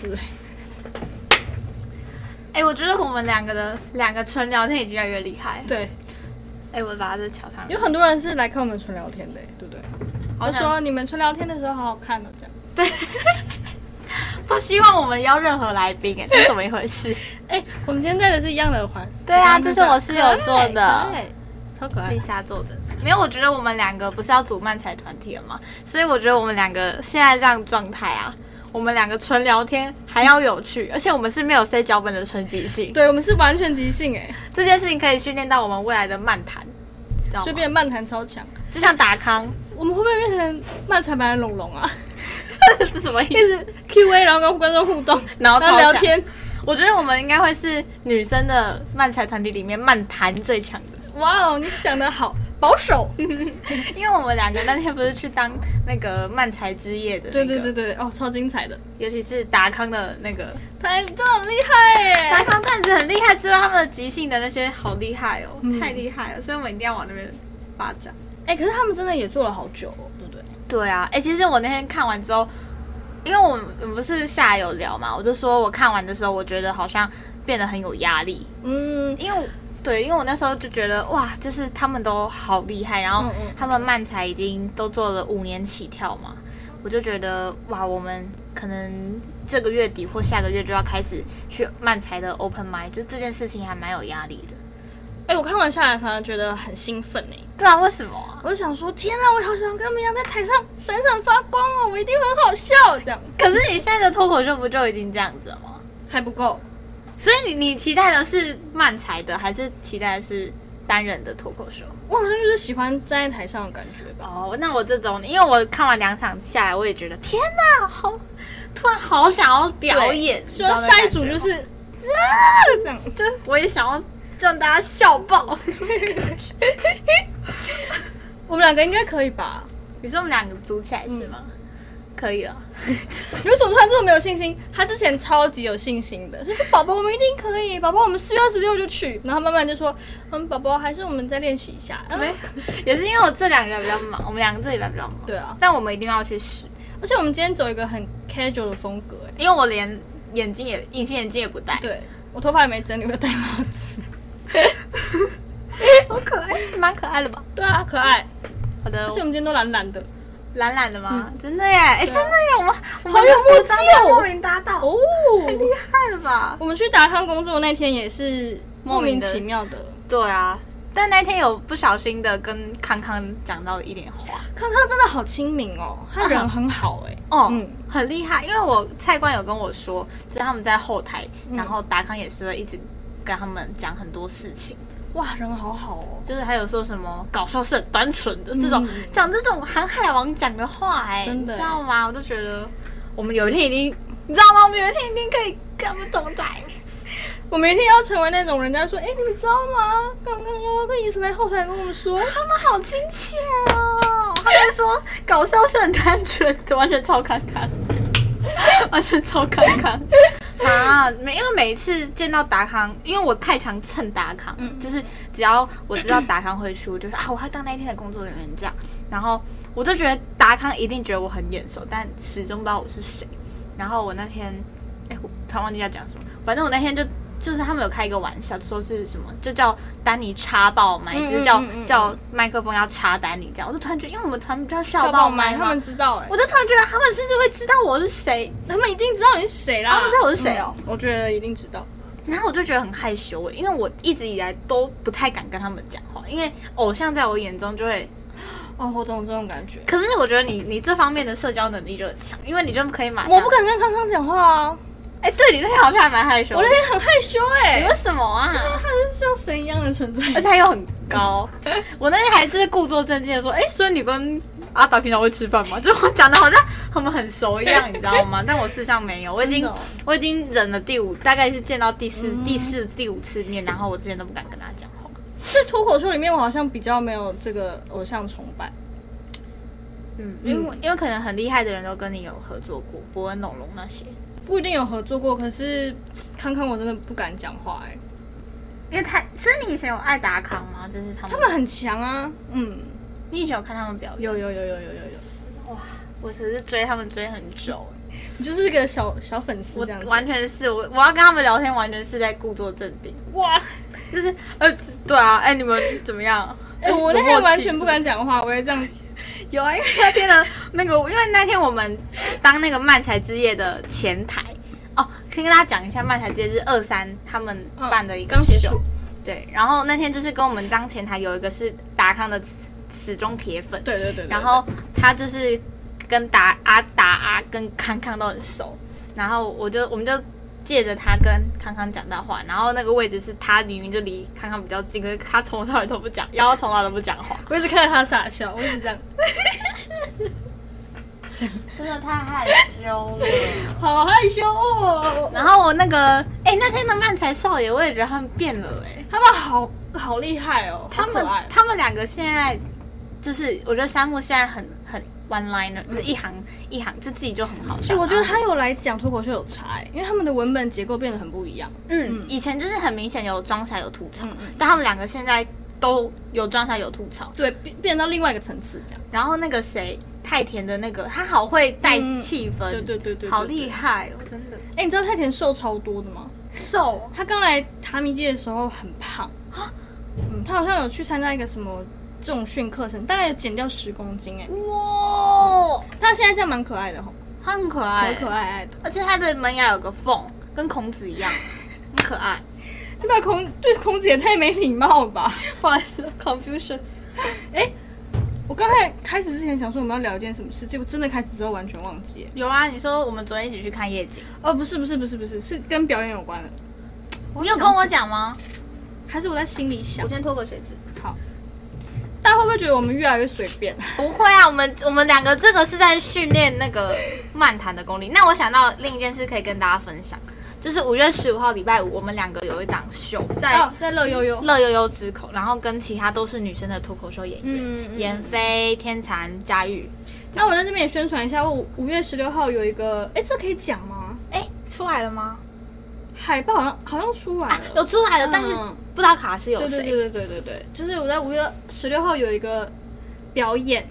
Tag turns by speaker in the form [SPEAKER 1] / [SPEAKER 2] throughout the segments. [SPEAKER 1] 之类的。哎、我觉得我们两个的两个纯聊天已经越来越厉害。
[SPEAKER 2] 对，
[SPEAKER 1] 哎、我把它在桥上面，
[SPEAKER 2] 有很多人是来看我们纯聊天的、对不对？
[SPEAKER 1] 好
[SPEAKER 2] 我
[SPEAKER 1] 想
[SPEAKER 2] 说你们纯聊天的时候好好看哦，这样。
[SPEAKER 1] 不希望我们邀任何来宾，哎，这是怎么一回事？
[SPEAKER 2] 哎、我们今天戴的是一样的耳环。
[SPEAKER 1] 对啊，
[SPEAKER 2] 刚刚
[SPEAKER 1] 这
[SPEAKER 2] 就是
[SPEAKER 1] 我室友做的，
[SPEAKER 2] 对，超可爱
[SPEAKER 1] 丽。莎做的。没有，我觉得我们两个不是要组漫才团体了吗？所以我觉得我们两个现在这样状态啊，我们两个纯聊天还要有趣，而且我们是没有 C 脚本的纯即兴，
[SPEAKER 2] 对，我们是完全即兴哎、
[SPEAKER 1] 这件事情可以训练到我们未来的漫谈，知道吗
[SPEAKER 2] 就变漫谈超强。
[SPEAKER 1] 就像达康，
[SPEAKER 2] 我们会不会变成漫才版的龙龙啊？
[SPEAKER 1] 这是什么意
[SPEAKER 2] 一？直 Q A，然后跟观众互动，
[SPEAKER 1] 然后
[SPEAKER 2] 然
[SPEAKER 1] 超
[SPEAKER 2] 后聊
[SPEAKER 1] 强
[SPEAKER 2] 天。
[SPEAKER 1] 我觉得我们应该会是女生的漫才团体里面漫谈最强的。
[SPEAKER 2] 哇哦，你讲的好 保守。
[SPEAKER 1] 因为我们两个那天不是去当那个漫才之夜的、那
[SPEAKER 2] 对
[SPEAKER 1] 个，
[SPEAKER 2] 对对对，哦，超精彩的，
[SPEAKER 1] 尤其是达康的那个，
[SPEAKER 2] 太这很厉害
[SPEAKER 1] 达
[SPEAKER 2] 耶！
[SPEAKER 1] 康站子很厉害，之外他们的即兴的那些好厉害哦，
[SPEAKER 2] 嗯
[SPEAKER 1] 太厉害了，所以我们一定要往那边发展。
[SPEAKER 2] 哎、可是他们真的也做了好久哦，对不对？
[SPEAKER 1] 对啊，哎、其实我那天看完之后，因为我们我们不是下来有聊嘛，我就说我看完的时候，我觉得好像变得很有压力，
[SPEAKER 2] 嗯，
[SPEAKER 1] 因为我对，因为我那时候就觉得哇，就是他们都好厉害，然后
[SPEAKER 2] 嗯嗯
[SPEAKER 1] 他们漫才已经都做了五年起跳嘛，我就觉得哇，我们可能这个月底或下个月就要开始去漫才的 open mic，就这件事情还蛮有压力的。
[SPEAKER 2] 哎、我看完下来反而觉得很兴奋哎，
[SPEAKER 1] 对啊，为什么啊？
[SPEAKER 2] 我就想说，天啊，我好想跟他们一样在台上闪闪发光哦，我一定很好笑，这样
[SPEAKER 1] 可是你现在的脱口秀不就已经这样子了吗？
[SPEAKER 2] 还不够。
[SPEAKER 1] 所以你你期待的是漫才的，还是期待的是单人的脱口秀？
[SPEAKER 2] 我好像就是喜欢站在台上的感觉 吧。
[SPEAKER 1] 哦，那我这种，因为我看完两场下来，我也觉得天哪，好，突然好想要表演。
[SPEAKER 2] 希望下一组就
[SPEAKER 1] 你知道那感觉吗
[SPEAKER 2] 是啊，这样
[SPEAKER 1] 就是我也想要让大家笑爆。
[SPEAKER 2] 我们两个应该可以吧？
[SPEAKER 1] 你说我们两个组起来是吗？可以了，
[SPEAKER 2] 你为什么突然这么没有信心？他之前超级有信心的，他说：“宝宝，我们一定可以，宝宝，我们四月二十六就去。”然后慢慢就说：“嗯，宝宝，还是我们再练习一下。”嗯，
[SPEAKER 1] 也是因为我这两个礼拜比较忙，我们两个这礼拜比较忙。
[SPEAKER 2] 对啊，
[SPEAKER 1] 但我们一定要去试，
[SPEAKER 2] 而且我们今天走一个很 casual 的风格，哎，
[SPEAKER 1] 因为我连眼镜也隐形眼镜也不戴，
[SPEAKER 2] 对我头发也没整理，我就戴帽子。
[SPEAKER 1] 好可爱，是蛮可爱的吧？
[SPEAKER 2] 对啊，可爱，
[SPEAKER 1] 好的
[SPEAKER 2] 而，且我们今天都懒懒的。
[SPEAKER 1] 懒懒的吗？真的耶，哎、真的耶，我们我们
[SPEAKER 2] 好有默契哦
[SPEAKER 1] 莫名搭到，
[SPEAKER 2] 哦，
[SPEAKER 1] 厉害了吧？
[SPEAKER 2] 我们去达康工作那天也是莫
[SPEAKER 1] 莫名
[SPEAKER 2] 名
[SPEAKER 1] 的
[SPEAKER 2] 其妙的。
[SPEAKER 1] 对啊，但那天有不小心的跟康康讲到一点话，
[SPEAKER 2] 康康真的好亲民哦，他人很好哎、
[SPEAKER 1] 哦，
[SPEAKER 2] 嗯
[SPEAKER 1] 很厉害，因为我菜官有跟我说，就是他们在后台，
[SPEAKER 2] 嗯
[SPEAKER 1] 然后达康也是会一直跟他们讲很多事情，
[SPEAKER 2] 哇，人好好哦。
[SPEAKER 1] 就是还有说什么搞笑是很单纯的这种
[SPEAKER 2] 嗯，
[SPEAKER 1] 讲、这种航海王讲的话、哎，
[SPEAKER 2] 真的
[SPEAKER 1] 你知道吗？我就觉得我们有一天一定，你知道吗？我们有一天一定可以跟他们同台。
[SPEAKER 2] 我们一定要成为那种人家说，哎、你们知道吗？刚刚悠悠跟医生在后台跟我们说，
[SPEAKER 1] 他们好亲切哦！他们说搞笑是很单纯的，完全超看看， 完全超看看啊！每因为每一次见到达康，因为我太常蹭达康，
[SPEAKER 2] 嗯
[SPEAKER 1] 就是只要我知道达康会出，我就是啊，我要当那一天的工作人员这样，然后我就觉得达康一定觉得我很眼熟，但始终不知道我是谁。然后我那天，哎、我突然忘记要讲什么，反正我那天就。就是他们有开一个玩笑，说是什么，就叫丹尼插爆麦，
[SPEAKER 2] 嗯
[SPEAKER 1] 就是叫、
[SPEAKER 2] 嗯嗯嗯
[SPEAKER 1] 叫麦克风要插丹尼这样。我就突然觉得，因为我们团叫校
[SPEAKER 2] 小
[SPEAKER 1] 爆
[SPEAKER 2] 宝
[SPEAKER 1] 麦
[SPEAKER 2] 麦
[SPEAKER 1] 嘛
[SPEAKER 2] 他们知道、哎，
[SPEAKER 1] 我就突然觉得他们是不是会知道我是谁？
[SPEAKER 2] 他们一定知道你是谁啦。
[SPEAKER 1] 他们知道我是谁哦
[SPEAKER 2] 嗯我觉得一定知道。
[SPEAKER 1] 然后我就觉得很害羞欸诶、因为我一直以来都不太敢跟他们讲话，因为偶像在我眼中就会。
[SPEAKER 2] 哦，我懂这种感觉。
[SPEAKER 1] 可是我觉得你你这方面的社交能力就很强，因为你就可以马上。
[SPEAKER 2] 啊我不。敢跟康康讲话啊，
[SPEAKER 1] 哎、对你那天好像还蛮害羞的。
[SPEAKER 2] 我那天很害羞哎、
[SPEAKER 1] 你为什么啊？
[SPEAKER 2] 他就是像神一样的存在。
[SPEAKER 1] 而且他又很高。我那天还就是故作镇静的说：“哎、所以你跟阿达平常会吃饭吗？” 就我讲的好像我们很熟一样，你知道吗？但 我事实上没有，我已经、
[SPEAKER 2] 真的哦
[SPEAKER 1] 我已经忍了第五，大概是见到第四、第四、第五次面，然后我之前都不敢跟他讲话。
[SPEAKER 2] 在脱口秀里面，我好像比较没有这个偶像崇拜。
[SPEAKER 1] 嗯，因为、因为可能很厉害的人都跟你有合作过，伯恩、龙龙那些。
[SPEAKER 2] 不一定有合作过，可是康康我真的不敢讲话哎、
[SPEAKER 1] 因为他，所以你以前有爱达康吗？就是他们，
[SPEAKER 2] 他们很强啊，嗯，
[SPEAKER 1] 你以前有看他们表演？
[SPEAKER 2] 有有有有有有有，
[SPEAKER 1] 我只是追他们追很久。
[SPEAKER 2] 你就是个小小粉丝
[SPEAKER 1] 我
[SPEAKER 2] 这样子。
[SPEAKER 1] 完全是我，我要跟他们聊天，完全是在故作镇定，
[SPEAKER 2] 哇，
[SPEAKER 1] 就是呃，对啊，哎、你们怎么样？
[SPEAKER 2] 哎、我那天完全不敢讲话，我也这样子。
[SPEAKER 1] 有啊，因为那天的那个，因为那天我们当那个漫才之夜的前台哦，先跟大家讲一下，漫才之夜是二三他们办的一个
[SPEAKER 2] 嗯刚结
[SPEAKER 1] 秀，
[SPEAKER 2] 束
[SPEAKER 1] 对，然后那天就是跟我们当前台有一个是达康的死死忠铁粉，
[SPEAKER 2] 对对对对对
[SPEAKER 1] 然后他就是跟达阿达阿跟康康都很熟，然后我就我们就借着他跟康康讲到话，然后那个位置是他明明就离康康比较近，可是他从头到尾都不讲，然后从来都不讲话，
[SPEAKER 2] 我一直看着他傻笑，我一直这样，
[SPEAKER 1] 真的太害羞了。
[SPEAKER 2] 好害羞哦。
[SPEAKER 1] 然后我那个哎、那天的漫才少爷，我也觉得他们变了哎、
[SPEAKER 2] 他们好好厉害哦，
[SPEAKER 1] 他
[SPEAKER 2] 好
[SPEAKER 1] 们
[SPEAKER 2] 可爱
[SPEAKER 1] 他们两个现在就是我觉得三木现在很很 one liner，就是一行一行，就自己就很好
[SPEAKER 2] 哎、
[SPEAKER 1] 笑。
[SPEAKER 2] 我觉得
[SPEAKER 1] 然后
[SPEAKER 2] 他有来讲脱口秀有差、欸，因为他们的文本结构变得很不一样。
[SPEAKER 1] 嗯，以前就是很明显有装傻有吐槽，
[SPEAKER 2] 嗯嗯
[SPEAKER 1] 但他们两个现在都有装傻有吐槽。
[SPEAKER 2] 对，变变到另外一个层次这样。
[SPEAKER 1] 然后那个谁太田的那个，他好会带
[SPEAKER 2] 嗯
[SPEAKER 1] 气氛，
[SPEAKER 2] 对对对对对
[SPEAKER 1] 好厉害、哦，真的
[SPEAKER 2] 哎、你知道太田瘦超多的吗？
[SPEAKER 1] 瘦啊
[SPEAKER 2] 他刚来塔米街的时候很胖嗯，他好像有去参加一个什么重训课程，大概有减掉十公斤哎、
[SPEAKER 1] 哇，
[SPEAKER 2] 他现在这样蛮可爱的吼，
[SPEAKER 1] 他很可
[SPEAKER 2] 可
[SPEAKER 1] 爱，
[SPEAKER 2] 可，爱爱的。
[SPEAKER 1] 而且他的门牙有个缝，跟孔子 一样，很可爱。
[SPEAKER 2] 你把空对空姐也太没礼貌了吧？
[SPEAKER 1] 不好意思，confusion。
[SPEAKER 2] 我刚才开始之前想说我们要聊一件什么事，结果真的开始之后完全忘记了。
[SPEAKER 1] 有啊，你说我们昨天一起去看夜景，
[SPEAKER 2] 哦，不是不是不是不是，是跟表演有关的。
[SPEAKER 1] 你有跟我讲吗？
[SPEAKER 2] 还是我在心里想
[SPEAKER 1] 我，先脱个鞋子。
[SPEAKER 2] 好，大家会不会觉得我们越来越随便？
[SPEAKER 1] 不会啊，我们我们两个这个是在训练那个漫谈的功力。那我想到另一件事可以跟大家分享，就是五月十五号礼拜五，我们两个有一档秀在
[SPEAKER 2] 哦，在乐悠悠，
[SPEAKER 1] 乐悠悠之口，然后跟其他都是女生的脱口秀演员，
[SPEAKER 2] 嗯，嗯
[SPEAKER 1] 妍霏、天蚕、佳玉。
[SPEAKER 2] 那我在这边也宣传一下，我五月十六号有一个，哎、这可以讲吗？
[SPEAKER 1] 哎，出来了吗？
[SPEAKER 2] 海报好像好像出来
[SPEAKER 1] 啊
[SPEAKER 2] 了，，
[SPEAKER 1] 有出来了，
[SPEAKER 2] 嗯
[SPEAKER 1] 但是不知道卡斯啊有
[SPEAKER 2] 对对对
[SPEAKER 1] 谁。
[SPEAKER 2] 对对对对，就是我在五月十六号有一个表演，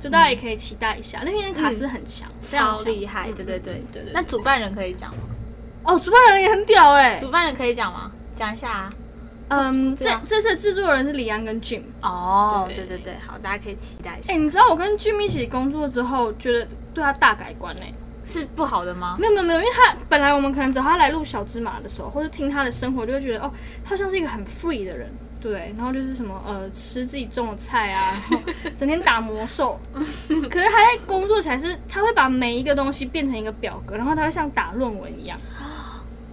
[SPEAKER 2] 就大家也可以期待一下。那边卡斯很强，非常
[SPEAKER 1] 嗯超
[SPEAKER 2] 强
[SPEAKER 1] 厉害，
[SPEAKER 2] 嗯
[SPEAKER 1] 对对对
[SPEAKER 2] 嗯对对。
[SPEAKER 1] 那
[SPEAKER 2] 那
[SPEAKER 1] 主办人可以讲吗？
[SPEAKER 2] 哦，主办人也很屌哎、
[SPEAKER 1] 主办人可以讲吗？讲一下啊。
[SPEAKER 2] 嗯，
[SPEAKER 1] 对
[SPEAKER 2] 这
[SPEAKER 1] 啊
[SPEAKER 2] 这次制作人是李安跟 Jim。
[SPEAKER 1] 哦，
[SPEAKER 2] 对
[SPEAKER 1] 对对对，好，大家可以期待一下。
[SPEAKER 2] 哎、你知道我跟 Jim 一起工作之后，觉得对他大改观哎、
[SPEAKER 1] 是不好的吗？
[SPEAKER 2] 没有没有没有，因为他本来我们可能找他来录小芝麻的时候，或者听他的生活，就会觉得哦，他好像是一个很 free 的人，对。然后就是什么呃，吃自己种的菜 啊，然后整天打魔兽。可是他在工作起来是，他会把每一个东西变成一个表格，然后他会像打论文一样，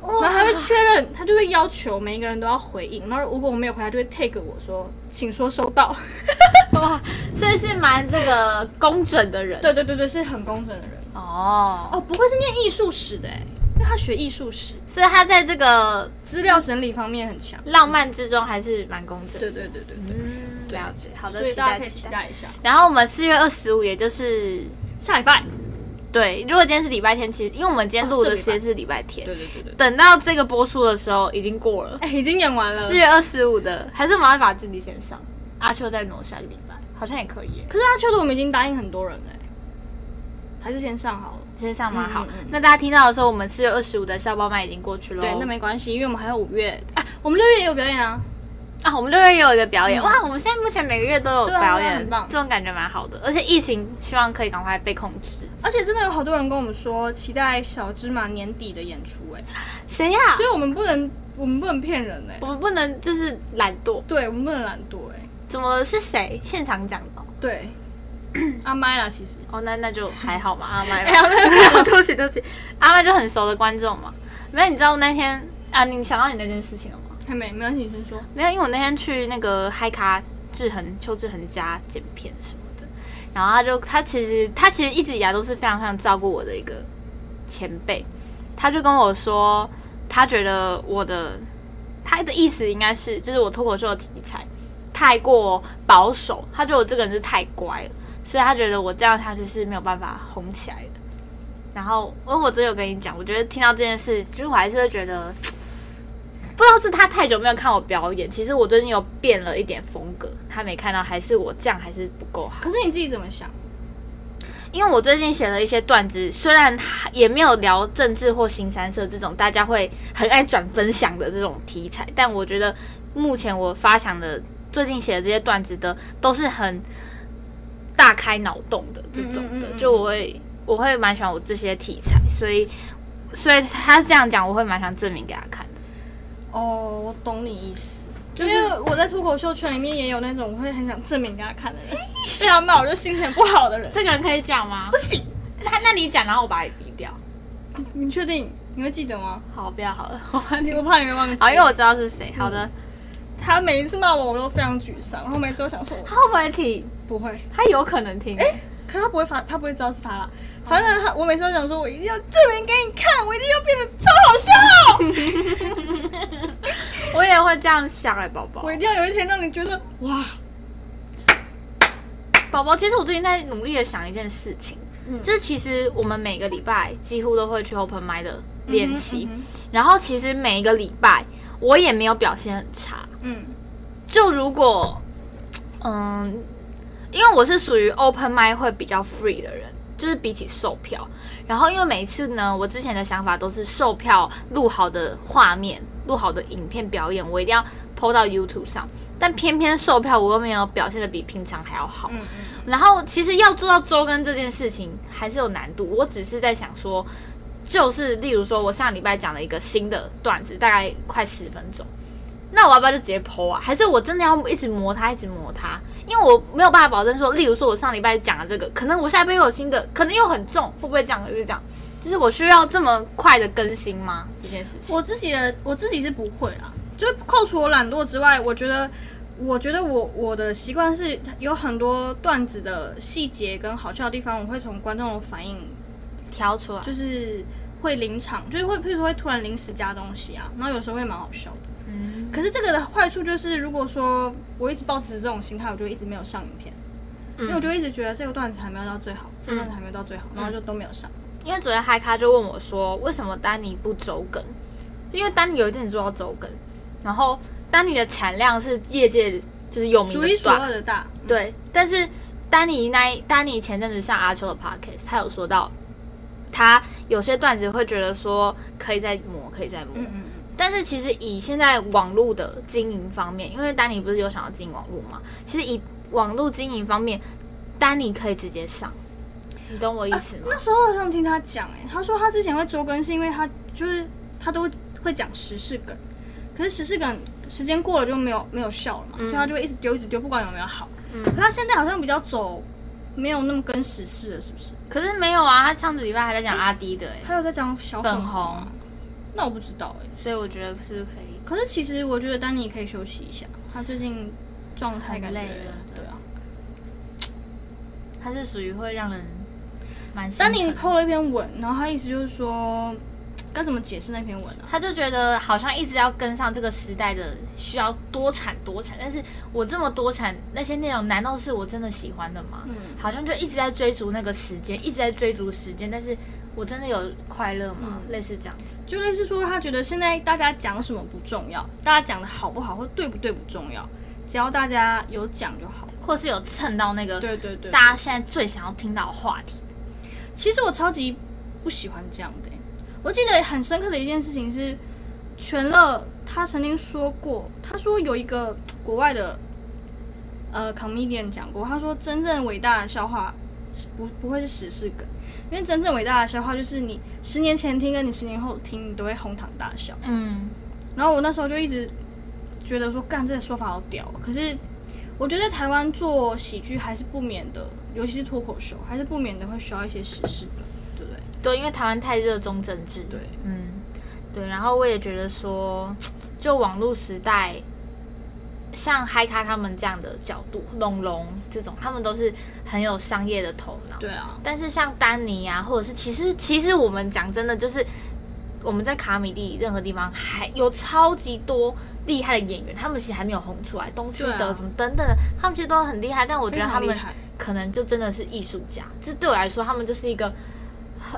[SPEAKER 2] 然后他会确认，他就会要求每一个人都要回应。然后如果我没有回，他就会 take 我说，请说收到。
[SPEAKER 1] 哇，所以是蛮这个工整的人。，
[SPEAKER 2] 对对对对，是很工整的人。
[SPEAKER 1] 哦，
[SPEAKER 2] 哦，不会是念艺术史的哎、因为他学艺术史，
[SPEAKER 1] 所以他在这个
[SPEAKER 2] 资料整理方面很强。
[SPEAKER 1] 浪漫之中还是蛮工整。
[SPEAKER 2] 对对对对对，
[SPEAKER 1] 嗯，
[SPEAKER 2] 对
[SPEAKER 1] 了解。好的，
[SPEAKER 2] 所以
[SPEAKER 1] 期
[SPEAKER 2] 大家
[SPEAKER 1] 待
[SPEAKER 2] 可以期。待一下。
[SPEAKER 1] 然后我们四月二十五，也就是
[SPEAKER 2] 下礼拜，
[SPEAKER 1] 对，如果今天是礼拜天，其实因为我们今天
[SPEAKER 2] 哦
[SPEAKER 1] 录
[SPEAKER 2] 这
[SPEAKER 1] 的
[SPEAKER 2] 礼拜
[SPEAKER 1] 时间是礼拜天，
[SPEAKER 2] 对对对，
[SPEAKER 1] 等到这个播出的时候已经过了。
[SPEAKER 2] 哎、已经演完了
[SPEAKER 1] 四。月二十五的，还是麻烦把自己先上。阿秋再挪下个礼拜，好像也可以耶。
[SPEAKER 2] 可是他确实我们已经答应很多人了、哎还是先上好了。
[SPEAKER 1] 先上吗？
[SPEAKER 2] 嗯
[SPEAKER 1] 好
[SPEAKER 2] 嗯嗯，
[SPEAKER 1] 那大家听到的时候，我们四月二十五的校报麦已经过去喽。
[SPEAKER 2] 对，那没关系，因为我们还有五月，啊，我们六月也有表演啊。
[SPEAKER 1] 啊，我们六月也有一个表演、
[SPEAKER 2] 嗯
[SPEAKER 1] 哇！我们现在目前每个月都有
[SPEAKER 2] 对啊
[SPEAKER 1] 表
[SPEAKER 2] 那
[SPEAKER 1] 演，
[SPEAKER 2] 很棒
[SPEAKER 1] 这种感觉蛮好的。而且疫情希望可以赶快被控制。
[SPEAKER 2] 而且真的有好多人跟我们说，期待小芝麻年底的演出、哎、
[SPEAKER 1] 谁呀、
[SPEAKER 2] 所以我们不能，我们不能骗人哎、
[SPEAKER 1] 我们不能就是懒惰。
[SPEAKER 2] 对，我们不能懒惰哎、
[SPEAKER 1] 怎么了是谁现场讲的哦？
[SPEAKER 2] 对， 阿麦啦，其实
[SPEAKER 1] 哦，那那就还好嘛，阿 麦。
[SPEAKER 2] 哎呀那
[SPEAKER 1] 对不起对不起，阿麦就很熟的观众嘛。没有，你知道那天啊，你想到你那件事情了吗？
[SPEAKER 2] 还没，没关系，你先说。
[SPEAKER 1] 没有，因为我那天去那个嗨咖志恒邱志恒家剪片什么的，然后他就他其实他其实一直以来都是非常非常照顾我的一个前辈，他就跟我说，他觉得我的他的意思应该是就是我脱口秀的题材太过保守，他觉得我这个人是太乖了，所以他觉得我这样下去是没有办法红起来的。然后，因为我真有跟你讲，我觉得听到这件事，就是我还是会觉得，不知道是他太久没有看我表演，其实我最近有变了一点风格，他没看到，还是我这样还是不够好。
[SPEAKER 2] 可是你自己怎么想？
[SPEAKER 1] 因为我最近写了一些段子，虽然也没有聊政治或新三社这种大家会很爱转分享的这种题材，但我觉得目前我发想的最近写的这些段子的都是很大开脑洞的这种
[SPEAKER 2] 嗯嗯
[SPEAKER 1] 的
[SPEAKER 2] 嗯，嗯
[SPEAKER 1] 就我会我会蛮喜欢我这些题材，所以所以他这样讲，我会蛮想证明给他看的。
[SPEAKER 2] 哦，我懂你意思。就因为我在脱口秀圈里面也有那种我会很想证明给他看的 人，被他骂我就心情不好的人。
[SPEAKER 1] 这个人可以讲吗？不行，那那你讲，然后我把你逼掉。
[SPEAKER 2] 你确定你会记得吗？
[SPEAKER 1] 好，不要好了，我把你
[SPEAKER 2] 我怕你会忘记。
[SPEAKER 1] 好，因为我知道是谁。好的，
[SPEAKER 2] 他每一次骂我，我都非常沮丧，然后每次都想说我
[SPEAKER 1] 他会不会听？
[SPEAKER 2] 不会，
[SPEAKER 1] 他有可能听。
[SPEAKER 2] 可他不会发，他不会知道是他啦。反正他，我每次都想说，我一定要证明给你看，我一定要变得超好 笑，
[SPEAKER 1] 我也会这样想哎、宝宝
[SPEAKER 2] 我。一定要有一天让你觉得哇，
[SPEAKER 1] 宝宝，其实我最近在努力的想一件事情，
[SPEAKER 2] 嗯
[SPEAKER 1] 就是其实我们每个礼拜几乎都会去 open m i 的练习，
[SPEAKER 2] 嗯
[SPEAKER 1] 然后其实每一个礼拜我也没有表现很差。
[SPEAKER 2] 嗯
[SPEAKER 1] 就如果，嗯，因为我是属于 open m i 会比较 free 的人。就是比起售票，然后因为每一次呢，我之前的想法都是售票录好的画面、录好的影片表演，我一定要 PO 到 YouTube 上。但偏偏售票我又没有表现的比平常还要好，
[SPEAKER 2] 嗯
[SPEAKER 1] 然后其实要做到周更这件事情还是有难度，我只是在想说，就是例如说我上礼拜讲了一个新的段子，大概快十分钟，那我要不要就直接剖啊？还是我真的要一直磨它，一直磨它？因为我没有办法保证说，例如说我上礼拜讲的这个，可能我下一杯又有新的，可能又很重，会不会这样？就是这样，就是我需要这么快的更新吗？这件事情，
[SPEAKER 2] 我自己的我自己是不会啦，就是扣除我懒惰之外，我觉得。我觉得我我的习惯是有很多段子的细节跟好笑的地方，我会从观众的反应
[SPEAKER 1] 挑出来，
[SPEAKER 2] 就是会临场，就是会譬如说会突然临时加东西啊，然后有时候会蛮好笑的。
[SPEAKER 1] 嗯，
[SPEAKER 2] 可是这个的坏处就是，如果说我一直保持这种心态，我就一直没有上影片，因为我就一直觉得这个段子还没有到最好，这个段子还没有到最好，然后就都没有上。
[SPEAKER 1] 因为昨天嗨咖就问我说，为什么丹尼不周更？因为丹尼有一阵子做到周更，然后丹尼的产量是业界就是有名
[SPEAKER 2] 数
[SPEAKER 1] 的
[SPEAKER 2] 一数
[SPEAKER 1] 段
[SPEAKER 2] 二的大，
[SPEAKER 1] 嗯
[SPEAKER 2] 嗯
[SPEAKER 1] 对，但是丹尼那一丹尼前阵子上阿秋的 podcast，他有说到，他有些段子会觉得说可以再磨，可以再磨。
[SPEAKER 2] 嗯嗯
[SPEAKER 1] 但是其实以现在网络的经营方面，因为丹尼不是有想要经营网络嘛，其实以网络经营方面，丹尼可以直接上，你懂我意思吗？
[SPEAKER 2] 那时候好像听他讲，哎，他说他之前会周更是因为他就是他都会讲时事梗，可是时事梗时间过了就没有没有效了嘛，
[SPEAKER 1] 嗯
[SPEAKER 2] 所以他就会一直丢一直丢，不管有没有好。可他现在好像比较走没有那么跟时事了，是不是？
[SPEAKER 1] 可是没有啊，他上个礼拜还在讲阿迪的哎、
[SPEAKER 2] 还有在讲小粉
[SPEAKER 1] 粉
[SPEAKER 2] 红
[SPEAKER 1] 红
[SPEAKER 2] 啊，，那我不知道哎、
[SPEAKER 1] 所以我觉得是不是可以？
[SPEAKER 2] 可是其实我觉得丹尼可以休息一下，他最近状态感觉
[SPEAKER 1] 很累了
[SPEAKER 2] 对啊。
[SPEAKER 1] 他是属于会让人蛮心
[SPEAKER 2] 丹
[SPEAKER 1] 疼
[SPEAKER 2] 尼
[SPEAKER 1] 的。
[SPEAKER 2] PO 了一篇文，然后他意思就是说，该怎么解释那篇文啊？
[SPEAKER 1] 他就觉得好像一直要跟上这个时代的，需要多产多产。但是我这么多产，那些内容难道是我真的喜欢的吗？
[SPEAKER 2] 嗯
[SPEAKER 1] 好像就一直在追逐那个时间，一直在追逐时间，但是我真的有快乐吗？
[SPEAKER 2] 嗯
[SPEAKER 1] 类似这样子。
[SPEAKER 2] 就类似说，他觉得现在大家讲什么不重要，大家讲的好不好或对不对不重要，只要大家有讲就好。
[SPEAKER 1] 或是有蹭到那个
[SPEAKER 2] 对对对，
[SPEAKER 1] 大家现在最想要听到的话题，
[SPEAKER 2] 其实我超级不喜欢这样的欸、我记得很深刻的一件事情是，全乐他曾经说过，他说有一个国外的呃 comedian 讲过，他说真正伟大的笑话是不不会是时事梗，因为真正伟大的笑话就是你十年前听跟你十年后听，你都会哄堂大笑。
[SPEAKER 1] 嗯，
[SPEAKER 2] 然后我那时候就一直觉得说，干这个说法好屌哦，可是我觉得在台湾做喜剧还是不免的，尤其是脱口秀，还是不免的会需要一些时事梗，对不对？
[SPEAKER 1] 对，因为台湾太热衷政治，
[SPEAKER 2] 对，
[SPEAKER 1] 嗯，对，然后我也觉得说，就网络时代，像嗨咖他们这样的角度，龙龙这种，他们都是很有商业的头脑。
[SPEAKER 2] 对啊，
[SPEAKER 1] 但是像丹尼啊，或者是其实其实我们讲真的，就是我们在卡米蒂任何地方还有超级多厉害的演员，他们其实还没有红出来，东区
[SPEAKER 2] 对啊
[SPEAKER 1] 的什么等等的，他们其实都很厉害，但我觉得
[SPEAKER 2] 非常
[SPEAKER 1] 他们
[SPEAKER 2] 厉害
[SPEAKER 1] 可能就真的是艺术家，这对我来说，他们就是一个。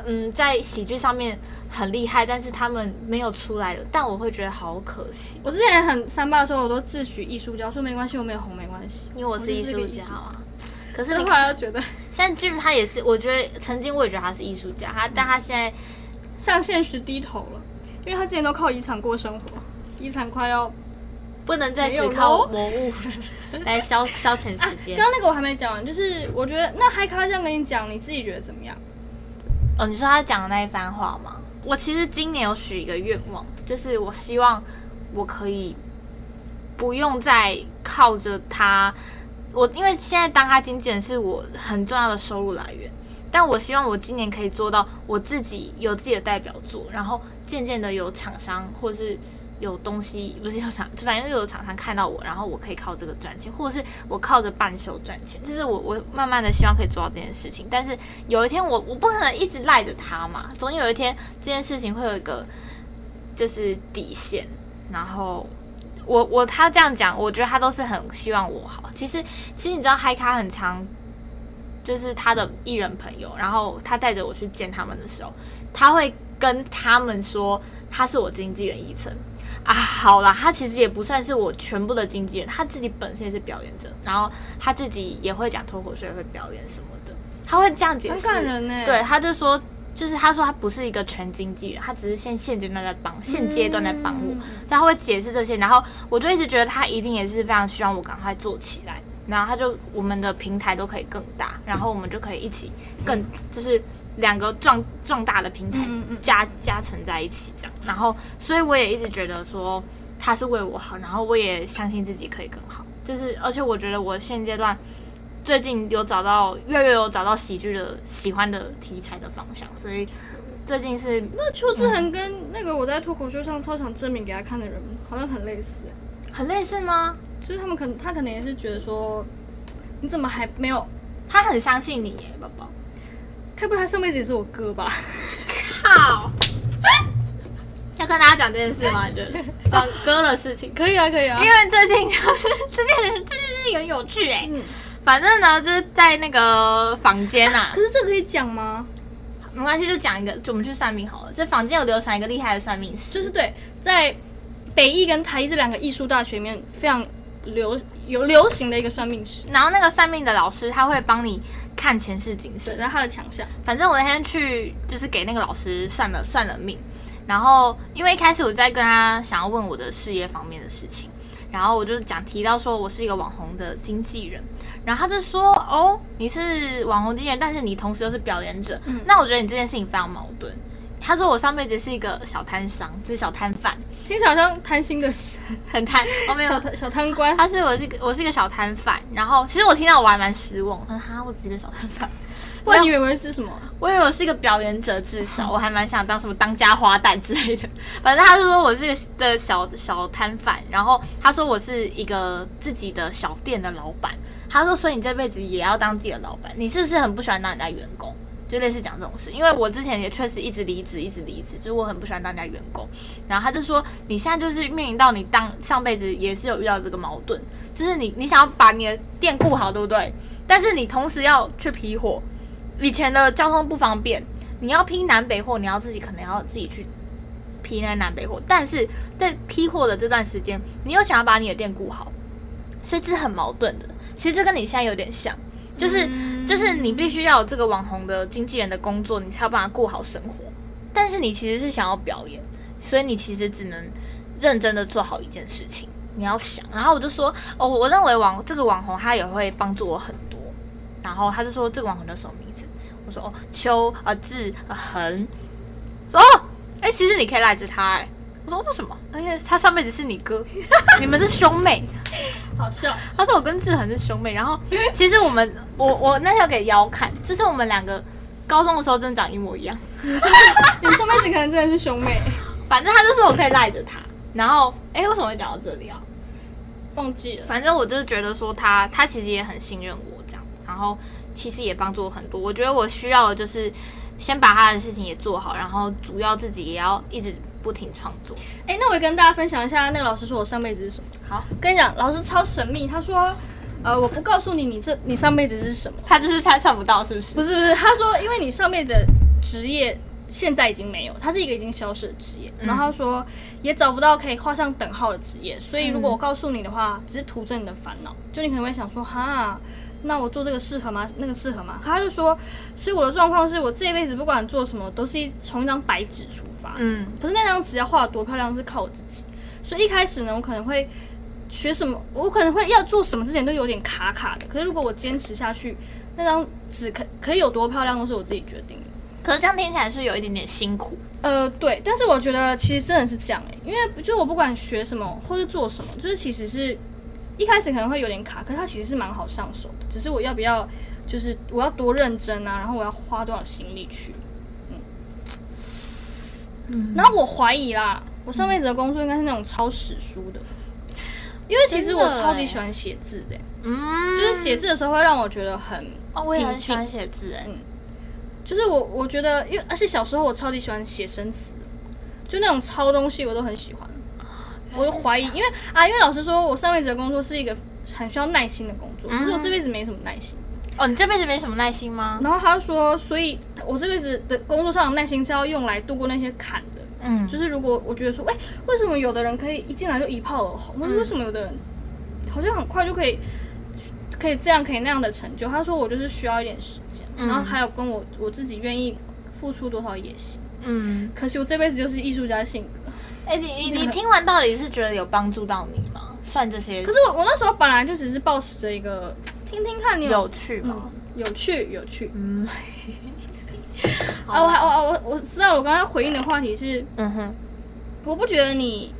[SPEAKER 1] 嗯，在喜剧上面很厉害，但是他们没有出来，但我会觉得好可惜，
[SPEAKER 2] 我之前很三八的时候，我都自诩艺术家，我说没关系，我没有红没关系，
[SPEAKER 1] 因为我是
[SPEAKER 2] 就
[SPEAKER 1] 艺
[SPEAKER 2] 是个
[SPEAKER 1] 术
[SPEAKER 2] 艺术
[SPEAKER 1] 家嘛。啊可嗯是
[SPEAKER 2] 所以
[SPEAKER 1] 你
[SPEAKER 2] 后
[SPEAKER 1] 看，
[SPEAKER 2] 来又觉得
[SPEAKER 1] 像 Jim 他也是，我觉得曾经我也觉得他是艺术家，他但他现在
[SPEAKER 2] 向现实低头了，因为他之前都靠遗产过生活，遗产快要……
[SPEAKER 1] 不能再
[SPEAKER 2] 没
[SPEAKER 1] 只
[SPEAKER 2] 有
[SPEAKER 1] 靠
[SPEAKER 2] 咯
[SPEAKER 1] 魔物来消消遣时间
[SPEAKER 2] 刚。刚那个我还没讲完，就是我觉得那嗨咖这样跟你讲，你自己觉得怎么样？
[SPEAKER 1] 哦，你说他讲的那一番话吗？我其实今年有许一个愿望，就是我希望我可以不用再靠着他，我因为现在当他经纪人是我很重要的收入来源，但我希望我今年可以做到我自己有自己的代表作，然后渐渐的有厂商或是。有东西不是有厂，就反正有厂商看到我，然后我可以靠这个赚钱，或者是我靠着半休赚钱，就是我我慢慢的希望可以做到这件事情，但是有一天我我不可能一直赖着他嘛，总有一天这件事情会有一个就是底线。然后我我他这样讲，我觉得他都是很希望我好。其实其实你知道，嗨咖很常就是他的艺人朋友，然后他带着我去见他们的时候，他会跟他们说他是我经纪人一层。啊，好啦，他其实也不算是我全部的经纪人，他自己本身也是表演者，然后他自己也会讲脱口秀，也会表演什么的，他会这样解释，
[SPEAKER 2] 很感人呢、欸
[SPEAKER 1] 对，，他就说，就是他说他不是一个全经纪人，他只是现现阶段在帮，现阶段在帮我，
[SPEAKER 2] 嗯
[SPEAKER 1] 但他会解释这些，然后我就一直觉得他一定也是非常希望我赶快做起来，然后他就我们的平台都可以更大，然后我们就可以一起更、就是两个壮壮大的平台
[SPEAKER 2] 嗯嗯嗯
[SPEAKER 1] 加加成在一起这样，然后所以我也一直觉得说他是为我好，然后我也相信自己可以更好，就是而且我觉得我现阶段。最近有找到，越来越有找到喜剧的喜欢的题材的方向，所以最近是嗯
[SPEAKER 2] 那邱志恒跟那个我在脱口秀上超想证明给他看的人，好像很类似、欸，
[SPEAKER 1] 很类似吗？
[SPEAKER 2] 就是他们可能他可能也是觉得说，你怎么还没有？
[SPEAKER 1] 他很相信你耶，宝宝。
[SPEAKER 2] 该不会他上辈子也是我哥吧？
[SPEAKER 1] 好， 要跟大家讲这件事吗？你觉得讲歌的事 情？
[SPEAKER 2] 可以啊，可以啊
[SPEAKER 1] 因为最近就是这件事，这件事情很有趣哎、
[SPEAKER 2] 嗯
[SPEAKER 1] 反正呢，就是在那个房间 啊
[SPEAKER 2] 可，是这可以讲吗？
[SPEAKER 1] 没关系，就讲一个，就我们去算命好了。这房间有流传一个厉害的算命师，
[SPEAKER 2] 就是对，在北艺跟台艺这两个艺术大学里面非常流有流行的一个算命师，
[SPEAKER 1] 然后那个算命的老师他会帮你看前世今生
[SPEAKER 2] 对，。在他的强项。
[SPEAKER 1] 反正我那天去就是给那个老师算了算了命，然后因为一开始我在跟他想要问我的事业方面的事情，然后我就讲提到说我是一个网红的经纪人，然后他就说哦你是网红经纪人，但是你同时又是表演者，那我觉得你这件事情非常矛盾。他说我上辈子是一个小摊商，就是小摊贩，
[SPEAKER 2] 听起来好像贪心的小
[SPEAKER 1] 很贪，哦没有，
[SPEAKER 2] 贪小贪官，
[SPEAKER 1] 他是我是一个我是一个小摊贩，然后其实我听到我还蛮失望，我说哈我只是一个小摊贩。
[SPEAKER 2] 不然你以为是什么？
[SPEAKER 1] 我以为我是一个表演者，至少 我还蛮想当什么当家花旦之类的。反正他是说我是一个的小小摊贩，然后他说我是一个自己的小店的老板。他说，所以你这辈子也要当自己的老板，你是不是很不喜欢当人家员工？就类似讲这种事，因为我之前也确实一直离职，一直离职，就是我很不喜欢当人家员工。然后他就说，你现在就是面临到你当上辈子也是有遇到这个矛盾，就是你你想要把你的店顾好，对不对？但是你同时要去批货，以前的交通不方便，你要批南北货，你要自己可能要自己去批那南北货，但是在批货的这段时间，你又想要把你的店顾好，所以这是很矛盾的。其实这跟你现在有点像，就是、就是你必须要有这个网红的经纪人的工作，你才有办法过好生活。但是你其实是想要表演，所以你其实只能认真的做好一件事情。你要想，然后我就说，哦，我认为网这个网红他也会帮助我很多。然后他就说这个网红叫什么名字？我说哦，邱啊志啊恒。说哦，哎、其实你可以赖着他哎、我说为什么？因为他上辈子是你哥， 你们是兄妹。
[SPEAKER 2] 好笑，
[SPEAKER 1] 他说我跟志恒是兄妹，然后其实我们我我那天有给瑶看，就是我们两个高中的时候真的长一模一样。
[SPEAKER 2] 你们上辈子可能真的是兄 妹，
[SPEAKER 1] 反正他就说我可以赖着他，然后哎、为什么会讲到这里啊？
[SPEAKER 2] 忘记了。
[SPEAKER 1] 反正我就是觉得说他他其实也很信任我这样，然后其实也帮助我很多。我觉得我需要的就是先把他的事情也做好，然后主要自己也要一直不停创作。
[SPEAKER 2] 哎，那我也跟大家分享一下，那个老师说我上辈子是什么。
[SPEAKER 1] 好，
[SPEAKER 2] 跟你讲，老师超神秘，他说，呃，我不告诉你，你这你上辈子是什么。
[SPEAKER 1] 他就是猜算不到是不是？
[SPEAKER 2] 不是不是，他说因为你上辈子的职业现在已经没有，它是一个已经消失的职业，然后他说也找不到可以画上等号的职业，所以如果我告诉你的话，只是徒增你的烦恼，就你可能会想说哈。那我做这个适合吗？那个适合吗？他就说，所以我的状况是我这一辈子不管做什么，都是一从一张白纸出发。
[SPEAKER 1] 嗯，
[SPEAKER 2] 可是那张纸要画得多漂亮是靠我自己，所以一开始呢，我可能会学什么，我可能会要做什么之前都有点卡卡的。可是如果我坚持下去，那张纸可可以有多漂亮都是我自己决定的。
[SPEAKER 1] 可是这样听起来是有一点点辛苦。
[SPEAKER 2] 呃，对，但是我觉得其实真的是这样哎、因为就我不管学什么或是做什么，就是其实是一开始可能会有点卡，可是它其实是蛮好上手的，只是我要不要就是我要多认真啊，然后我要花多少心力去，嗯，然后我怀疑啦，我上辈子的工作应该是那种抄史书的，因为其实我
[SPEAKER 1] 真的欸
[SPEAKER 2] 超级喜欢写字的欸、
[SPEAKER 1] 嗯，
[SPEAKER 2] 就是写字的时候会让我觉得很
[SPEAKER 1] 哦，我也很
[SPEAKER 2] 平
[SPEAKER 1] 喜
[SPEAKER 2] 静
[SPEAKER 1] 欢写字哎、
[SPEAKER 2] 就是我我觉得，因为而且小时候我超级喜欢写生词的，就那种抄东西我都很喜欢。我就怀疑，因为啊，因为老师说我上辈子的工作是一个很需要耐心的工作，可是我这辈子没什么耐心。
[SPEAKER 1] 哦，你这辈子没什么耐心吗？
[SPEAKER 2] 然后他就说，所以我这辈子的工作上的耐心是要用来度过那些坎的。
[SPEAKER 1] 嗯，
[SPEAKER 2] 就是如果我觉得说，哎、为什么有的人可以一进来就一炮而红，或
[SPEAKER 1] 嗯
[SPEAKER 2] 者为什么有的人好像很快就可以可以这样可以那样的成就？他说我就是需要一点时间，
[SPEAKER 1] 嗯
[SPEAKER 2] 然后还有跟我我自己愿意付出多少也行。
[SPEAKER 1] 嗯，
[SPEAKER 2] 可惜我这辈子就是艺术家性格，
[SPEAKER 1] 哎、你你你听完到底是觉得有帮助到你吗？算这些，
[SPEAKER 2] 可是我我那时候本来就只是抱持着一个听听看你
[SPEAKER 1] 嗯有趣吗
[SPEAKER 2] 嗯？有趣有趣。
[SPEAKER 1] 嗯
[SPEAKER 2] 啊，我还我我我知道了我刚刚回应的话题是。
[SPEAKER 1] 嗯哼，
[SPEAKER 2] 我不觉得你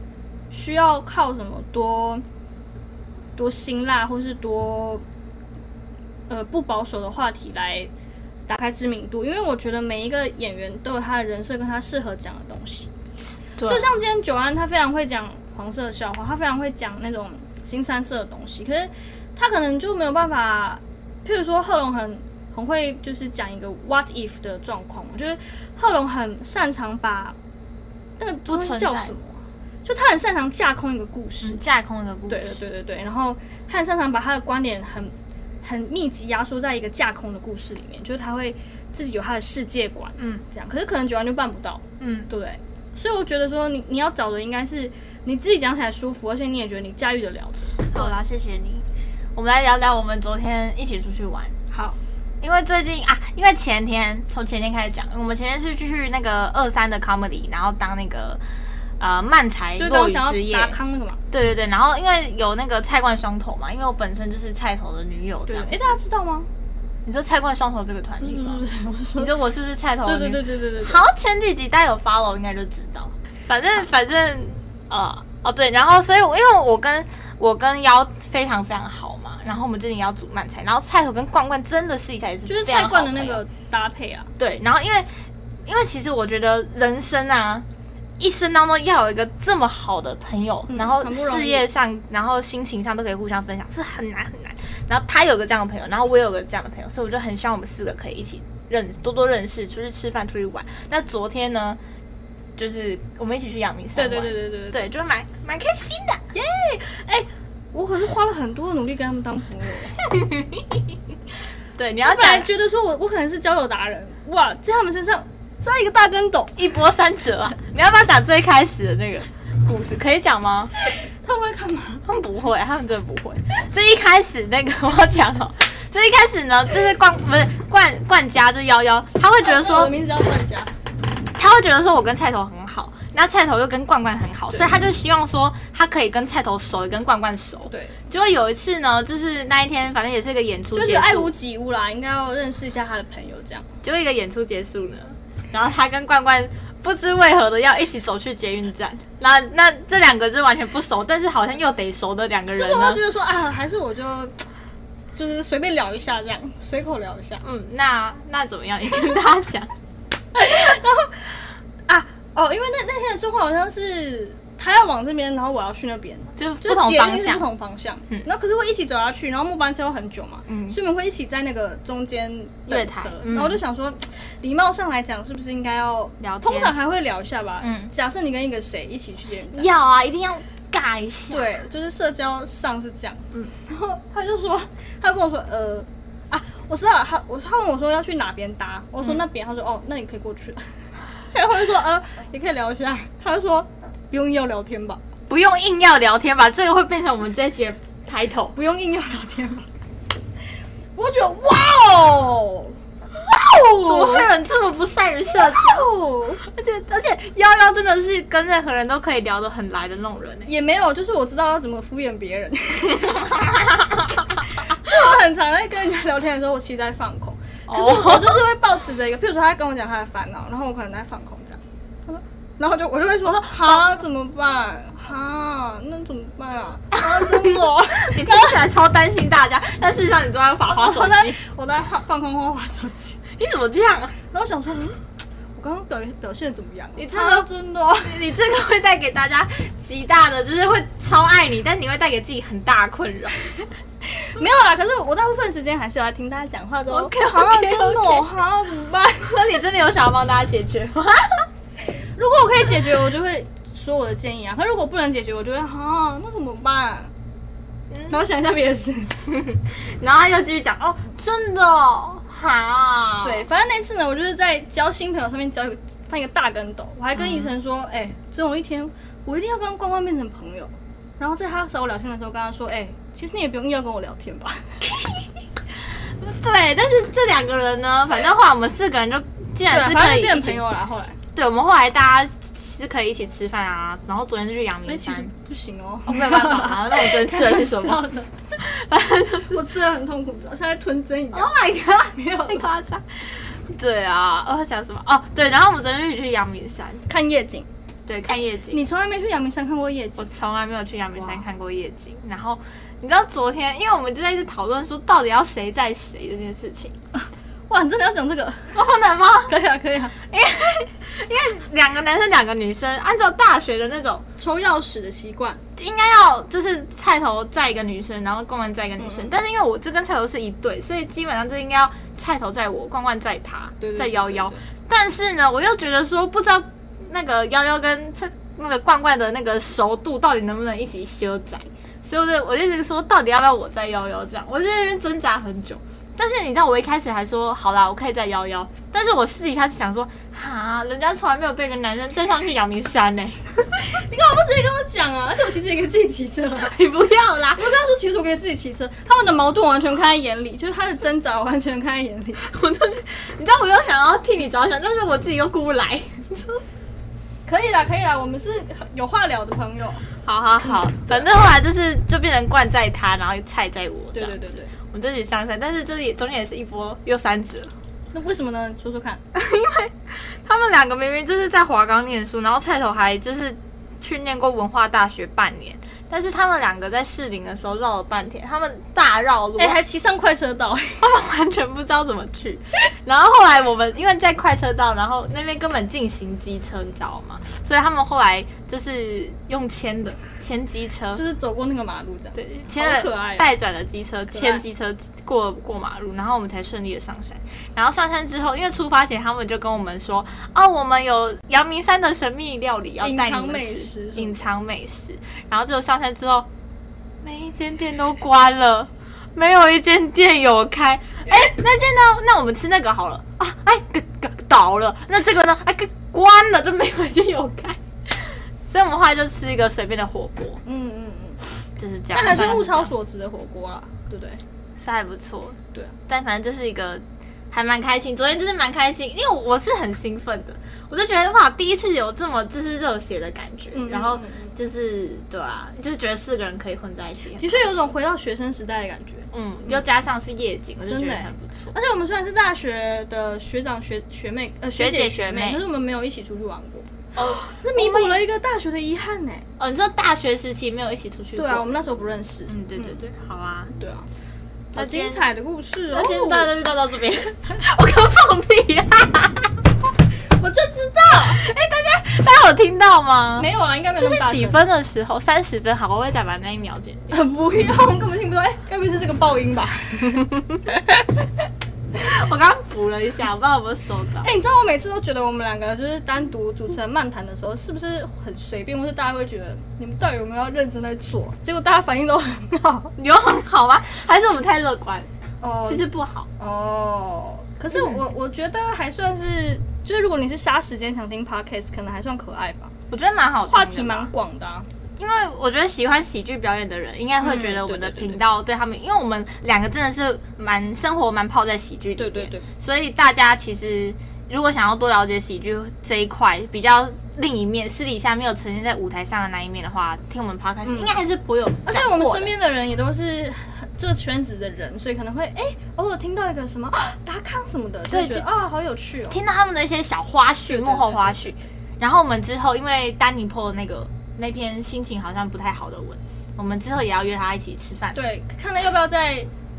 [SPEAKER 2] 需要靠什么多多辛辣或是多呃不保守的话题来打开知名度，因为我觉得每一个演员都有他的人设跟他适合讲的东西。
[SPEAKER 1] 对啊
[SPEAKER 2] 就像今天九安，他非常会讲黄色的笑话，他非常会讲那种新三色的东西，可是他可能就没有办法，譬如说贺龙很很会就是讲一个 what if 的状况，我觉得贺龙很擅长把那个东西叫什么啊、就他很擅长架空一个故事，
[SPEAKER 1] 嗯架空一个故事，
[SPEAKER 2] 对对对对对，然后他很擅长把他的观点很很密集压缩在一个架空的故事里面，就是他会自己有他的世界观，
[SPEAKER 1] 嗯，
[SPEAKER 2] 这样，可是可能九安就办不到，
[SPEAKER 1] 嗯，
[SPEAKER 2] 对不对？所以我觉得说你你要找的应该是你自己讲起来舒服，而且你也觉得你驾驭得了的。
[SPEAKER 1] 好啦，谢谢你。我们来聊聊我们昨天一起出去玩，
[SPEAKER 2] 好，
[SPEAKER 1] 因为最近啊，因为前天从前天开始讲，我们前天是去那个二三的 comedy，然后当那个呃漫才
[SPEAKER 2] 就是
[SPEAKER 1] 落
[SPEAKER 2] 刚刚
[SPEAKER 1] 语
[SPEAKER 2] 讲
[SPEAKER 1] 之夜
[SPEAKER 2] 到，达康那个嘛，
[SPEAKER 1] 对对对，然后因为有那个菜冠双头嘛，因为我本身就是菜头的女友这
[SPEAKER 2] 对，嗯
[SPEAKER 1] 样。
[SPEAKER 2] 哎，大家知道吗？
[SPEAKER 1] 你说菜冠双头这个团
[SPEAKER 2] 不
[SPEAKER 1] 体
[SPEAKER 2] 是
[SPEAKER 1] 吗
[SPEAKER 2] 不？ 是，我是 说
[SPEAKER 1] 你，说我是不是菜头的
[SPEAKER 2] 对
[SPEAKER 1] 女友？
[SPEAKER 2] 对对对对 对，对
[SPEAKER 1] 好，前几集大家有 follow 应该就知道。反正反正呃哦对，然后所以我因为我跟我跟妖非常非常好嘛，然后我们最近也要煮慢菜，然后菜头跟罐罐真的私底下也是
[SPEAKER 2] 就是
[SPEAKER 1] 非常
[SPEAKER 2] 菜
[SPEAKER 1] 好
[SPEAKER 2] 冠的那
[SPEAKER 1] 朋友
[SPEAKER 2] 个搭配啊，
[SPEAKER 1] 对，然后因为因为其实我觉得人生啊。一生当中要有一个这么好的朋友，
[SPEAKER 2] 嗯
[SPEAKER 1] 然后
[SPEAKER 2] 很不容易
[SPEAKER 1] 事业上，然后心情上都可以互相分享，是很难很难。然后他有个这样的朋友，然后我也有个这样的朋友，所以我就很希望我们四个可以一起认多多认识，出去吃饭，出去玩。那昨天呢，就是我们一起去阳明山
[SPEAKER 2] 对
[SPEAKER 1] 玩，
[SPEAKER 2] 对对对对对对，
[SPEAKER 1] 对，就蛮蛮开心的。
[SPEAKER 2] 我可是花了很多的努力跟他们当朋友。
[SPEAKER 1] 对，你要
[SPEAKER 2] 本来
[SPEAKER 1] 讲
[SPEAKER 2] 觉得说我我可能是交友达人，哇，在他们身上栽一个大跟斗，
[SPEAKER 1] 一波三折啊！你要不要讲最开始的那个故事？可以讲吗？
[SPEAKER 2] 他们会干嘛？
[SPEAKER 1] 他们不会，他们真的不会。就一开始那个我要讲哦，就一开始呢，就是冠不是冠冠家这幺幺，他会觉 得
[SPEAKER 2] 哦我
[SPEAKER 1] 说
[SPEAKER 2] 的，名字叫冠家，
[SPEAKER 1] 他会觉得说我跟菜头很好，那菜头又跟冠冠很好，所以他就希望说他可以跟菜头熟，也跟冠冠熟。
[SPEAKER 2] 对，
[SPEAKER 1] 结果有一次呢，就是那一天，反正也是一个演出
[SPEAKER 2] 就
[SPEAKER 1] 结束，
[SPEAKER 2] 觉得爱屋及乌啦，应该要认识一下他的朋友这样。
[SPEAKER 1] 结果一个演出结束呢，然后他跟冠冠不知为何的要一起走去捷运站，那那这两个是完全不熟，但是好像又得熟的两个人
[SPEAKER 2] 就
[SPEAKER 1] 呢。
[SPEAKER 2] 是我会觉得说啊，还是我就就是随便聊一下这样，随口聊一下
[SPEAKER 1] 嗯，那那怎么样？你跟大家讲。
[SPEAKER 2] 啊。哦，因为那那天的状况好像是他要往这边，然后我要去那边，
[SPEAKER 1] 就是
[SPEAKER 2] 就
[SPEAKER 1] 不
[SPEAKER 2] 是
[SPEAKER 1] 同
[SPEAKER 2] 捷
[SPEAKER 1] 方
[SPEAKER 2] 运是不
[SPEAKER 1] 向。
[SPEAKER 2] 同方向。嗯，然后可是会一起走下去，然后末班车要很久嘛，
[SPEAKER 1] 嗯
[SPEAKER 2] 所以我们会一起在那个中间等
[SPEAKER 1] 月
[SPEAKER 2] 车
[SPEAKER 1] 台嗯
[SPEAKER 2] 然后我就想说，礼貌上来讲，是不是应该要
[SPEAKER 1] 聊天
[SPEAKER 2] 通常还会聊一下吧。
[SPEAKER 1] 嗯
[SPEAKER 2] 假设你跟一个谁一起去捷运站。
[SPEAKER 1] 要啊，一定要尬一下。
[SPEAKER 2] 对，就是社交上是这样。嗯，然后他就说，他跟我说，呃，啊，我知道了，他我他问我说要去哪边搭，我说那边，他说哦，那你可以过去。 然后我就说，呃，你可以聊一下，他就说不用要聊天吧，
[SPEAKER 1] 不用硬要聊天吧，这个会变成我们这一节 title。
[SPEAKER 2] 不用硬要聊天吧。 我觉得哇哦，
[SPEAKER 1] 怎么会有人这么不善于社交？
[SPEAKER 2] 哦，
[SPEAKER 1] 哦 而且而且，幺幺真的是跟任何人都可以聊得很来的那种 人、欸、
[SPEAKER 2] 也没有，就是我知道要怎么敷衍别人。就我很常在跟人家聊天的时候，我其实在放空，
[SPEAKER 1] 哦
[SPEAKER 2] 可是我我就是会保持着一个，譬如说他跟我讲他的烦恼，然后我可能在放空这样，他说，然后就我就会说
[SPEAKER 1] 哦
[SPEAKER 2] 说哈怎么办？哈那怎么办 啊？啊真的哦，
[SPEAKER 1] 你听起来超担心大家，但事实上你都在法花 手
[SPEAKER 2] 我在
[SPEAKER 1] 机。
[SPEAKER 2] 我在放放空花花手机，
[SPEAKER 1] 你怎么这样？
[SPEAKER 2] 然后想说嗯，我刚刚表现表现得怎么样？
[SPEAKER 1] 你真的
[SPEAKER 2] 啊真的哦。
[SPEAKER 1] 你这个会带给大家极大的，就是会超爱你，但你会带给自己很大的困扰。
[SPEAKER 2] 没有啦，可是我大部分时间还是有在听大家讲话的哦。
[SPEAKER 1] OK，OK，OK
[SPEAKER 2] 好真的哦，好怎么办？
[SPEAKER 1] 那 你真的有想要帮大家解决吗？
[SPEAKER 2] 如果我可以解决，我就会说我的建议啊。可如果不能解决，我就会哈，那怎么办？然后想一下别的事。
[SPEAKER 1] 然后他又继续讲哦，真的哦，好，
[SPEAKER 2] 对，，反正那次呢，我就是在交新朋友上面交一个翻一个大跟斗，我还跟医生说，哎、总有一天我一定要跟关关变成朋友。然后在他找我聊天的时候，跟他说，哎、其实你也不用硬要跟我聊天吧。
[SPEAKER 1] 对，但是这两个人呢，反正后来我们四个人就竟
[SPEAKER 2] 对
[SPEAKER 1] 然
[SPEAKER 2] 啊，
[SPEAKER 1] 是
[SPEAKER 2] 反
[SPEAKER 1] 可
[SPEAKER 2] 正
[SPEAKER 1] 以
[SPEAKER 2] 就变
[SPEAKER 1] 一
[SPEAKER 2] 朋
[SPEAKER 1] 起，
[SPEAKER 2] 友啦。后来，
[SPEAKER 1] 对，我们后来大家是可以一起吃饭啊，然后昨天就去阳
[SPEAKER 2] 哎、
[SPEAKER 1] 明
[SPEAKER 2] 其
[SPEAKER 1] 山
[SPEAKER 2] 实，不行哦。
[SPEAKER 1] 哦没有办法啊，那我昨天吃的是什么
[SPEAKER 2] 我吃的很痛苦，像在吞针一样
[SPEAKER 1] ？Oh。my god！
[SPEAKER 2] 没有
[SPEAKER 1] 太夸张。对啊，哦，他讲什么？哦，对，然后我们昨天就去阳明山，
[SPEAKER 2] 看夜景，
[SPEAKER 1] 对，看夜景。
[SPEAKER 2] 哎你从来没去阳明山看过夜
[SPEAKER 1] 我
[SPEAKER 2] 景？
[SPEAKER 1] 从来没有去阳明山
[SPEAKER 2] 哇
[SPEAKER 1] 看过夜景。然后你知道昨天，因为我们就在一直讨论说到底要谁载谁这件事情，
[SPEAKER 2] 哇，你真的要讲这个？
[SPEAKER 1] 我不能吗？
[SPEAKER 2] 可以啊，可以啊。
[SPEAKER 1] 两个男生，两个女生，按照大学的那种，
[SPEAKER 2] 抽钥匙的习惯，
[SPEAKER 1] 应该要就是菜头载一个女生，然后冠冠载一个女生。
[SPEAKER 2] 嗯
[SPEAKER 1] 但是因为我这跟菜头是一对，所以基本上就应该要菜头载我，冠冠载他
[SPEAKER 2] 对对，，
[SPEAKER 1] 载
[SPEAKER 2] 对
[SPEAKER 1] 幺幺。，
[SPEAKER 2] 对对
[SPEAKER 1] 但是呢，我又觉得说，不知道那个幺幺跟这那个罐罐的那个熟度到底能不能一起修改，所以我就我就一直说，到底要不要我在幺幺这样？我就在那边挣扎很久。但是你知道，我一开始还说好啦，我可以在幺幺，但是我私底下是想说，哈，人家从来没有被一个男生载上去阳明山呢、
[SPEAKER 2] 你干嘛不直接跟我讲啊？而且我其实也可以自己骑车 啊。
[SPEAKER 1] 你不要啦
[SPEAKER 2] 我，就跟他说，其实我可以自己骑车。他们的矛盾我完全看在眼里，就是他的挣扎我完全看在眼里。
[SPEAKER 1] 我都，你知道我又想要替你着想，但是我自己又顾不来。
[SPEAKER 2] 可以啦，可以啦，我们是有话聊的朋友。
[SPEAKER 1] 好好好，反正后来就是就变成灌在他，然后菜在我这
[SPEAKER 2] 对
[SPEAKER 1] 样
[SPEAKER 2] 对
[SPEAKER 1] 子。
[SPEAKER 2] 对对。
[SPEAKER 1] 我们这局上山，但是这里中间也是一波又三折。
[SPEAKER 2] 那为什么呢？说说看。
[SPEAKER 1] 他们两个明明就是在华冈念书，然后菜头还就是去念过文化大学半年，但是他们两个在士林的时候绕了半天，他们大绕 路，
[SPEAKER 2] 哎、还骑上快车道、
[SPEAKER 1] 完全不知道怎么去。然后后来我们因为在快车道，然后那边根本进行机车，你知道吗？所以他们后来就是用牵的牵机车，
[SPEAKER 2] 就是走过那个马路这样。
[SPEAKER 1] 对，牵
[SPEAKER 2] 可
[SPEAKER 1] 了
[SPEAKER 2] 爱
[SPEAKER 1] 带转了机车，牵机车过过马路，然后我们才顺利的上山。然后上山之后，因为出发前他们就跟我们说，哦，我们有阳明山的神秘料理要带
[SPEAKER 2] 隐藏
[SPEAKER 1] 你们
[SPEAKER 2] 美
[SPEAKER 1] 吃
[SPEAKER 2] 食，什么
[SPEAKER 1] 隐藏美食。然后结果上山之后，每一间店都关了。没有一间店有开，哎，那间呢？那我们吃那个好了啊！哎，个个倒了，那这个呢？哎，个关了，就没有一间有开，所以我们后来就吃一个随便的火锅，
[SPEAKER 2] 嗯嗯嗯。
[SPEAKER 1] 就是这样。
[SPEAKER 2] 但还是
[SPEAKER 1] 反正
[SPEAKER 2] 物超所值的火锅啦，对不对？
[SPEAKER 1] 是还不错，
[SPEAKER 2] 对啊
[SPEAKER 1] 但反正就是一个还蛮开心。昨天就是蛮开心，因为我是很兴奋的，我就觉得哇，第一次有这么就是热血的感觉，
[SPEAKER 2] 嗯嗯
[SPEAKER 1] 然后
[SPEAKER 2] 嗯嗯
[SPEAKER 1] 就是对啊，就是觉得四个人可以混在一起，
[SPEAKER 2] 的确有种回到学生时代的感觉。
[SPEAKER 1] 嗯，又加上是夜景，我就觉
[SPEAKER 2] 真
[SPEAKER 1] 得
[SPEAKER 2] 的
[SPEAKER 1] 很不错。
[SPEAKER 2] 而且我们虽然是大学的学长学学妹，呃
[SPEAKER 1] 学姐
[SPEAKER 2] 姐
[SPEAKER 1] 学妹
[SPEAKER 2] 妹，可是我们没有一起出去玩过，
[SPEAKER 1] 哦
[SPEAKER 2] 那弥补了一个大学的遗憾呢、
[SPEAKER 1] 哦，你说大学时期没有一起出去
[SPEAKER 2] 对啊，
[SPEAKER 1] 过
[SPEAKER 2] 我们那时候不认识。
[SPEAKER 1] 嗯，对对对，好啊。
[SPEAKER 2] 对啊，
[SPEAKER 1] 那
[SPEAKER 2] 好
[SPEAKER 1] 今天
[SPEAKER 2] 精彩的故事哦
[SPEAKER 1] 那！今天大家就到到这边， 我刚放屁 呀、
[SPEAKER 2] 我就知道，
[SPEAKER 1] 大家有听到吗？
[SPEAKER 2] 没有啊，应该没有
[SPEAKER 1] 就
[SPEAKER 2] 那么大
[SPEAKER 1] 是
[SPEAKER 2] 声
[SPEAKER 1] 几？分的时候，三十分，好，我会再把那一秒剪掉。
[SPEAKER 2] 不要，我根本听不到。哎、该不会是这个爆音吧？
[SPEAKER 1] 我刚刚补了一下，我不知道有没有收到。
[SPEAKER 2] 哎、你知道我每次都觉得我们两个就是单独主持人漫谈的时候，是不是很随便，或是大家会觉得你们到底有没有要认真在做？结果大家反应都很好。
[SPEAKER 1] 有很好吗？还是我们太乐观？
[SPEAKER 2] 哦
[SPEAKER 1] 其实不好。
[SPEAKER 2] 哦，可是我我觉得还算是，就是如果你是杀时间想听 podcast，可能还算可爱吧，
[SPEAKER 1] 我觉得蛮好，
[SPEAKER 2] 话题蛮广的、啊。
[SPEAKER 1] 因为我觉得喜欢喜剧表演的人，应该会觉得我们的
[SPEAKER 2] 嗯对对对
[SPEAKER 1] 频道对他们，因为我们两个真的是蛮生活蛮泡在喜剧里
[SPEAKER 2] 对
[SPEAKER 1] 面，
[SPEAKER 2] 对对，
[SPEAKER 1] 所以大家其实如果想要多了解喜剧这一块，比较另一面，私底下没有呈现在舞台上的那一面的话，听我们 podcast、应该还是颇有斩获的，
[SPEAKER 2] 而且我们身边的人也都是这圈子的人，所以可能会哎、偶尔听到一个什么啊达康什么的，就
[SPEAKER 1] 对
[SPEAKER 2] 觉得
[SPEAKER 1] 就
[SPEAKER 2] 啊、好有趣哦。
[SPEAKER 1] 听到他们的一些小花絮、
[SPEAKER 2] 对
[SPEAKER 1] 幕后花絮。然后我们之后，因为丹尼破的那个那篇心情好像不太好的文，我们之后也要约他一起吃饭。
[SPEAKER 2] 对，看看要不要再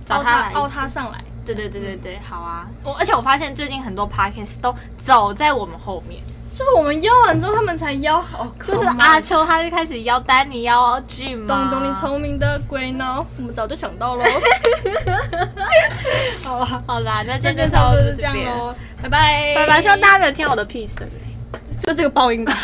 [SPEAKER 1] 找
[SPEAKER 2] 凹
[SPEAKER 1] 他来
[SPEAKER 2] 他
[SPEAKER 1] 一次
[SPEAKER 2] 凹他上来。
[SPEAKER 1] 对对对对对，好啊！我而且我发现最近很多 podcast 都走在我们后面，
[SPEAKER 2] 就是我们邀完之后，他们才邀，哦，
[SPEAKER 1] 就是阿秋他就开始邀丹尼邀 Jim 啊嘛
[SPEAKER 2] 懂懂你聪明的鬼呢，我们早就想 到喽。好啊，
[SPEAKER 1] 好啦，那
[SPEAKER 2] 今
[SPEAKER 1] 今
[SPEAKER 2] 天
[SPEAKER 1] 天
[SPEAKER 2] 差不多
[SPEAKER 1] 就是
[SPEAKER 2] 这样喽，拜拜，
[SPEAKER 3] 拜拜，希望大家没有听我的屁声。
[SPEAKER 2] 就这个报应吧。